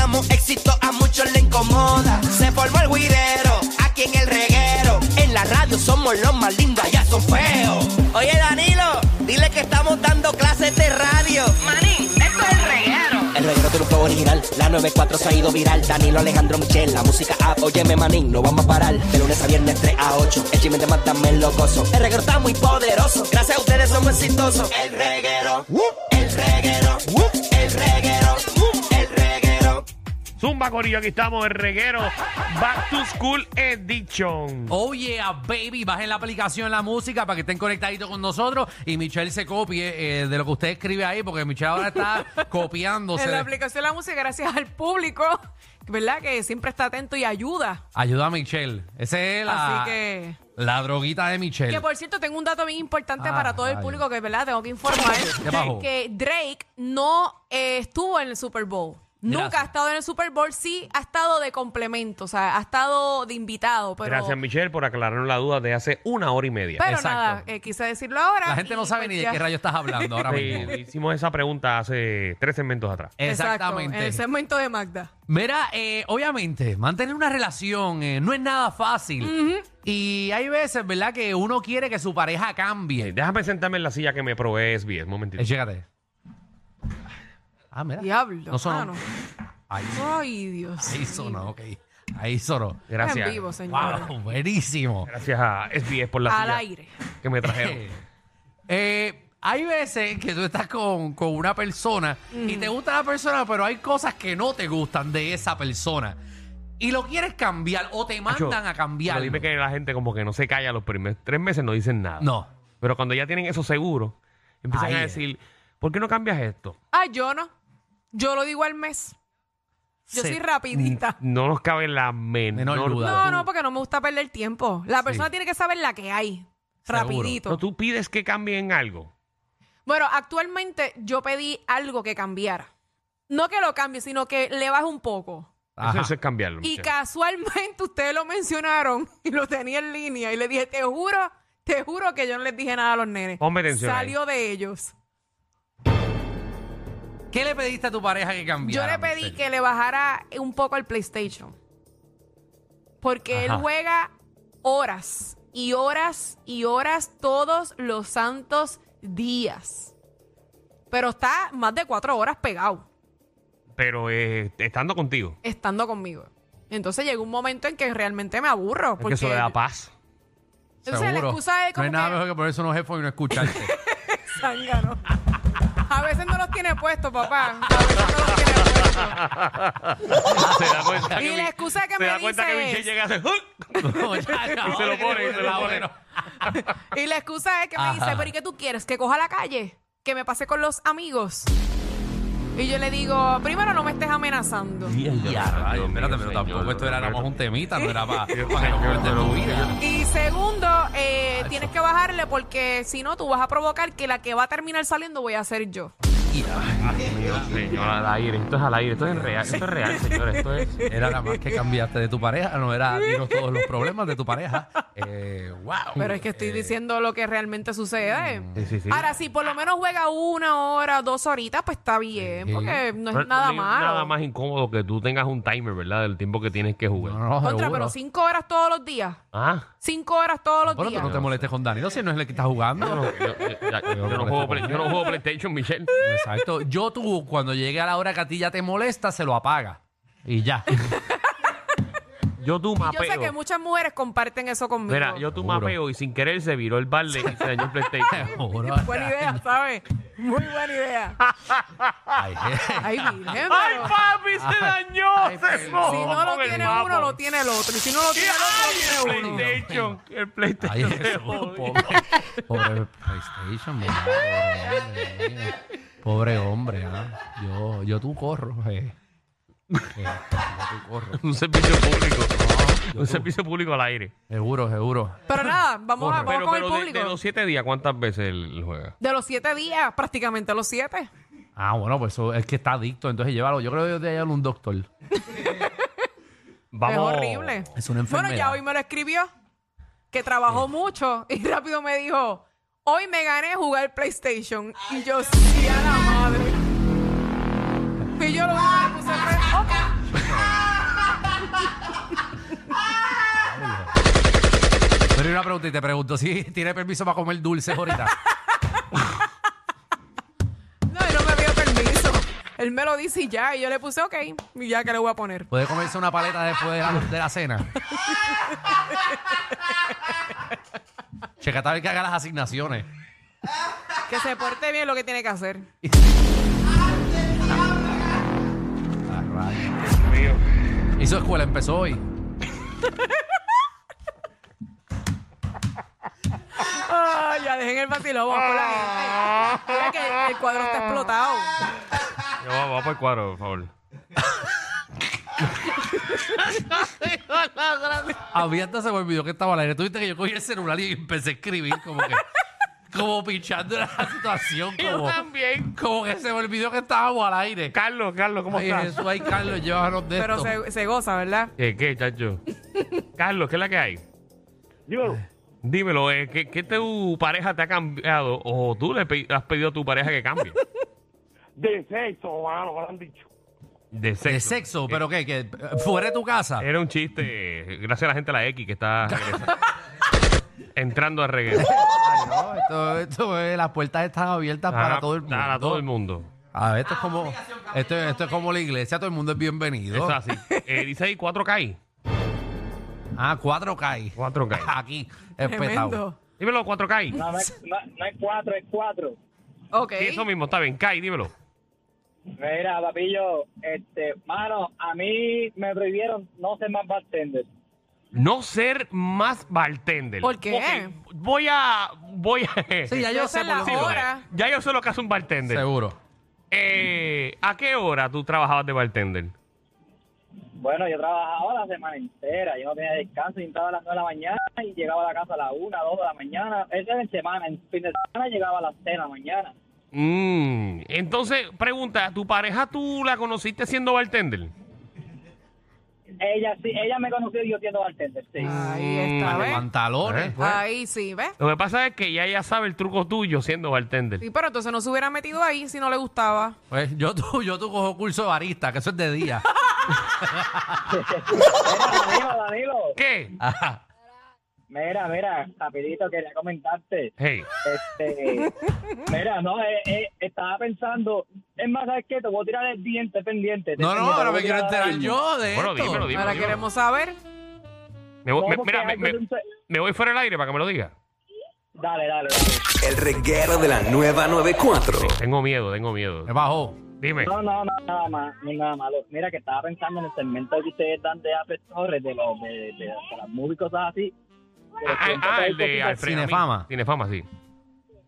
como éxito a muchos le incomoda. Se formó el guidero, aquí en el reguero. En la radio somos los más lindos, allá son feos. Oye, Danilo, dile que estamos dando clases de radio. Manín, esto es el reguero. El reguero tiene un flow original, la 94 se ha ido viral. Danilo Alejandro Michel, la música app. Óyeme, manín, no vamos a parar. De lunes a viernes 3 a 8, el chisme de Mátame lo gozo. El reguero está muy poderoso, gracias a ustedes somos exitosos. El reguero, el reguero, el reguero, el reguero. Zumba, Corillo, aquí estamos, el reguero. Back to School Edition. Oh yeah, baby, bajen la aplicación La Música para que estén conectaditos con nosotros y Michelle se copie eh, de lo que usted escribe ahí, porque Michelle ahora está copiándose. En la aplicación de la música, gracias al público, ¿verdad? Que siempre está atento y ayuda. Ayuda a Michelle. Esa es la, Así que- la droguita de Michelle. Que por cierto, tengo un dato bien importante Ah, para todo el ay. público que, ¿verdad? Tengo que informar ¿Qué pasó? que Drake no eh, estuvo en el Super Bowl. Nunca Gracias. ha estado en el Super Bowl, sí ha estado de complemento, o sea, ha estado de invitado, pero, Gracias, Michelle, por aclararnos la duda de hace una hora y media. pero Exacto. nada, eh, quise decirlo ahora. la gente no y sabe pues ni ya. de qué rayo estás hablando ahora Sí, mismo. hicimos esa pregunta hace tres segmentos atrás. Exacto, Exactamente. En el segmento de Magda. Mira, eh, obviamente, mantener una relación eh, no es nada fácil. Y hay veces, ¿verdad?, que uno quiere que su pareja Eh, cambie. Déjame sentarme en la silla que me provee SBS, un momentito. Eh, chécate. Ah, mira. Diablo. No sonó. mano. Ahí, Ay, Dios. ahí sonó, ok. Ahí sonó. Gracias. En vivo, señor. Wow, buenísimo. Gracias a SBS por la Al silla aire. que me trajeron. Eh, hay veces que tú estás con, con una persona y te gusta la persona, pero hay cosas que no te gustan de esa persona. Y lo quieres cambiar o te Acho, mandan a cambiar. pero Dime que la gente como que no se calla los primeros tres meses, no dicen nada. No. Pero cuando ya tienen eso seguro, empiezan Ahí a es. decir, ¿por qué no cambias esto? Ah, yo no. Yo lo digo al mes. Yo Se- soy rapidita. No nos cabe la menor, Menor duda. No, no, porque no me gusta perder tiempo. La persona tiene que saber la que hay. Seguro. Rapidito. No, tú pides que cambien algo. Bueno, actualmente yo pedí algo que cambiara. No que lo cambie, sino que le baje un poco. Eso, Ajá. eso es cambiarlo. Y Michelle. casualmente ustedes lo mencionaron y lo tenía en línea. Y le dije, te juro, te juro que yo no les dije nada a los nenes. Ponme atención ahí. Salió de ellos. ¿Qué le pediste a tu pareja que Yo cambiara? le pedí Michelle? que le bajara un poco el PlayStation. Porque él Ajá. juega horas y horas y horas todos los santos días. Pero está más de cuatro horas pegado, Pero eh, estando contigo. estando conmigo. Entonces llegó un momento en que realmente me aburro. Es que Porque eso le da paz. Entonces la Seguro. excusa No es como hay nada mejor que que ponerse unos headphones y no escucharte. zángano. A veces no los tiene puestos, papá. A veces no los tiene puestos. se da cuenta Y la Mi- excusa que se me da cuenta que dice Michelle es- llega a hacer, "Uy". No, ya, ya, Y se lo pone, y se lo ahora pone. no. Y la excusa es que me Ajá. dice, pero ¿y qué tú quieres? ¿Que coja la calle? ¿Que me pase con los amigos? Y yo le digo, primero no me estés amenazando. Ya, rayo, espérate, pero tampoco esto era nada más un temita, no era para, para que cuente tu vida. Y segundo, eh, tienes que bajarle porque si no, tú vas a provocar que la que va a terminar saliendo voy a ser yo. Señor, al aire, esto es al aire, esto es real, esto es real, señor, esto es... Era nada más que cambiaste de tu pareja, no era dinos todos los problemas de tu pareja. Eh, wow. Pero es que estoy Eh, Mm. diciendo lo que realmente sucede. Sí, sí, sí. Ahora, si por lo menos juega una hora, dos horitas, pues está bien, Sí. porque no es Pero nada no hay malo. Nada más incómodo que tú tengas un timer, ¿verdad? Del tiempo que tienes que jugar. No, no, Contra, seguro. pero cinco horas todos los días. Ah, Cinco horas todos los Bueno, tú días. no te molestes con Danilo si no es el que está jugando. yo, yo- ya- yo no juego, Play- yo no juego PlayStation, Michelle. Exacto. Yo tú, cuando llegue a la hora que a ti ya te molesta, se lo apaga. Y ya. Yo tú Yo mapeo. sé que muchas mujeres comparten eso conmigo. Mira, yo tú Seguro. mapeo y sin querer se viró el balde y se dañó el PlayStation. Seguro. Buena idea, ¿sabes? Muy buena idea. Ay, Ay, virgen, ¡Ay, pero papi, se dañó! se mojó Si no lo con el tiene mapa. uno, lo tiene el otro. Y si no lo tiene el ¡Ay, otro, lo el tiene uno. PlayStation! El Ay, PlayStation se Jesús, jodió. pobre, pobre PlayStation, mi madre, madre mía. Pobre hombre, ah. yo, yo tú corro. eh. Eh, yo tú corro. Un servicio público. Un servicio público al aire. Seguro, seguro. Pero nada, vamos, a, vamos Pero, con pero el de, público. de los siete días, ¿cuántas veces él juega? siete días, prácticamente los siete. Ah, bueno, pues eso es que está adicto, entonces llévalo. Yo creo que yo te llevo a un doctor. Es horrible. Es una Bueno, ya enfermedad. hoy me lo escribió, que trabajó mucho y rápido me dijo, hoy me gané jugar PlayStation. Y yo, sí, a la madre. Y yo lo único que puse fue, ok. pregunta y te pregunto si tiene permiso para comer dulces ahorita. No, yo no me pidió permiso. Él me lo dice y ya, y yo le puse ok, y ya que le voy a poner. Puede comerse una paleta después de la, de la cena. Checa tal vez que haga las asignaciones. Que se porte bien lo que tiene que hacer. Ah, rayos. Dios mío. Hizo escuela, empezó hoy. Ay, Ah, ya dejen el vacilón, vamos por la gente. Mira que el cuadro está explotado. Yo, vamos, vamos por el cuadro, por favor. A mí hasta se me olvidó que estaba al aire. Tú viste que yo cogí el celular y empecé a escribir como que... Como pinchando la situación. Yo Como, también. como que se me olvidó que estábamos al aire. Carlos, Carlos, ¿cómo Ay, estás? Jesús, ay, Carlos, llévanos de Pero esto. se, se goza, ¿verdad? ¿Qué, Eh, qué, chacho? Carlos, ¿qué es la que hay? Dímelo. Dímelo, eh, ¿qué, qué tu pareja te ha cambiado o tú le pe- has pedido a tu pareja que cambie? De sexo, mano, me lo han dicho. De sexo. ¿De sexo? ¿Pero qué? ¿Que eh, fuera de tu casa? Era un chiste, eh, gracias a la gente de la X que está regresando. entrando a reggae. Ay, no, esto, esto es... Las puertas están abiertas para todo el mundo. Ah, Para todo el mundo. A ver, esto es como... Esto, esto es como la iglesia, todo el mundo es bienvenido. Es así. Eh, dice ahí 4K. Ah, 4K. 4K. Aquí, espetado. Tremendo. Dímelo, 4K. No, no, es- no- no es cuatro, es cuatro. Ok. Sí, eso mismo, está bien. K, dímelo. Mira, papillo, este, mano, a mí me prohibieron no ser más bartender. No ser más bartender. ¿Por qué? Ok, Voy a. Voy a. Sí, ya Pero yo esa sé es por la lo menos. hora. Ya yo sé lo que hace un bartender. Seguro. Eh, ¿A qué hora tú trabajabas de bartender? Bueno, yo trabajaba la semana entera, yo no tenía descanso, yo entraba a las nueve de la mañana y llegaba a la casa a las una, dos de la mañana. Eso era en semana, en fin de semana llegaba a las seis de la mañana. Mm, entonces, pregunta, ¿tu pareja tú la conociste siendo bartender? Ella sí, ella me conoció yo siendo bartender, sí. Ahí está, Los ¿ves? pantalones. Bueno. Ahí sí, ¿ves? Lo que pasa es que ya ella sabe el truco tuyo siendo bartender. Sí, pero entonces no se hubiera metido ahí si no le gustaba. Pues yo tú, yo tú cojo curso de barista, que eso es de día. Mira, Danilo, Danilo, ¿Qué? Ajá. mira, mira, rapidito quería comentarte. Hey, Este, mira, no, eh, eh, estaba pensando, es más, ¿sabes qué? Te voy a tirar el diente pendiente. No, no, Te ahora voy me a quiero tirar enterar mismo. yo de Bueno, esto. dímelo, dímelo. Ahora digo. queremos saber. me, voy- No, me- porque mira, me, algo de un me- se- me voy fuera del aire para que me lo diga. Dale, dale, dale. El reguero de la nueva 94. Tengo miedo, tengo miedo. Me bajó. Dime. No, no, no, nada más, no nada malo. Mira que estaba pensando en el segmento que ustedes dan de Apple Torres, de los de, de, de las movies, cosas así. Pero Ah, siempre ah, hay el de cositas- Alfredo Amí. Cinefama. Cinefama, sí.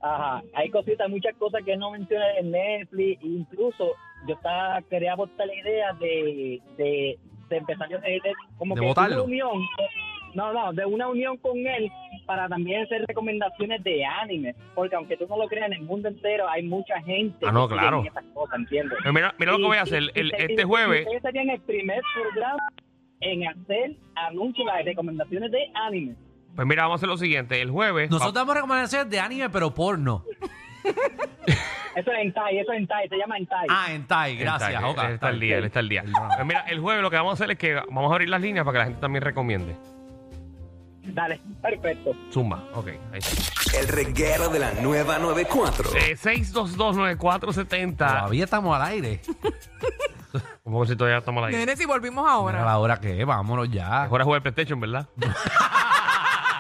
Ajá, hay cositas, muchas cosas que no mencionan en Netflix, incluso yo estaba, quería aportar la idea de, de, de empezar yo- eh, de- como De que botarlo. una unión, no, no, de una unión con él para también hacer recomendaciones de anime, porque aunque tú no lo creas, en el mundo entero hay mucha gente Ah, no, que claro. tiene estas cosas, ¿entiendes? Pero Pues Mira, mira lo que Y- voy a y- hacer. y El- se- este y- y jueves, Ustedes serían el primer programa en hacer anuncios de recomendaciones de anime. pues mira, vamos a hacer lo siguiente. El jueves, Nosotros damos recomendaciones de anime, pero porno. Eso es hentai, eso es hentai, se llama hentai. Ah, en Thai, gracias. Está, Oka. él eh, está al día, él está al día. Pues mira, el jueves lo que vamos a hacer es que vamos a abrir las líneas para que la gente también recomiende. Dale, perfecto. Zumba, ok, ahí está. El reguero de la nueva 94. Eh, 6229470. Todavía estamos al aire. Como que si todavía estamos ahí. Nene, si volvimos Mira ahora. la hora que es, vámonos ya. Mejor a jugar PlayStation, ¿verdad?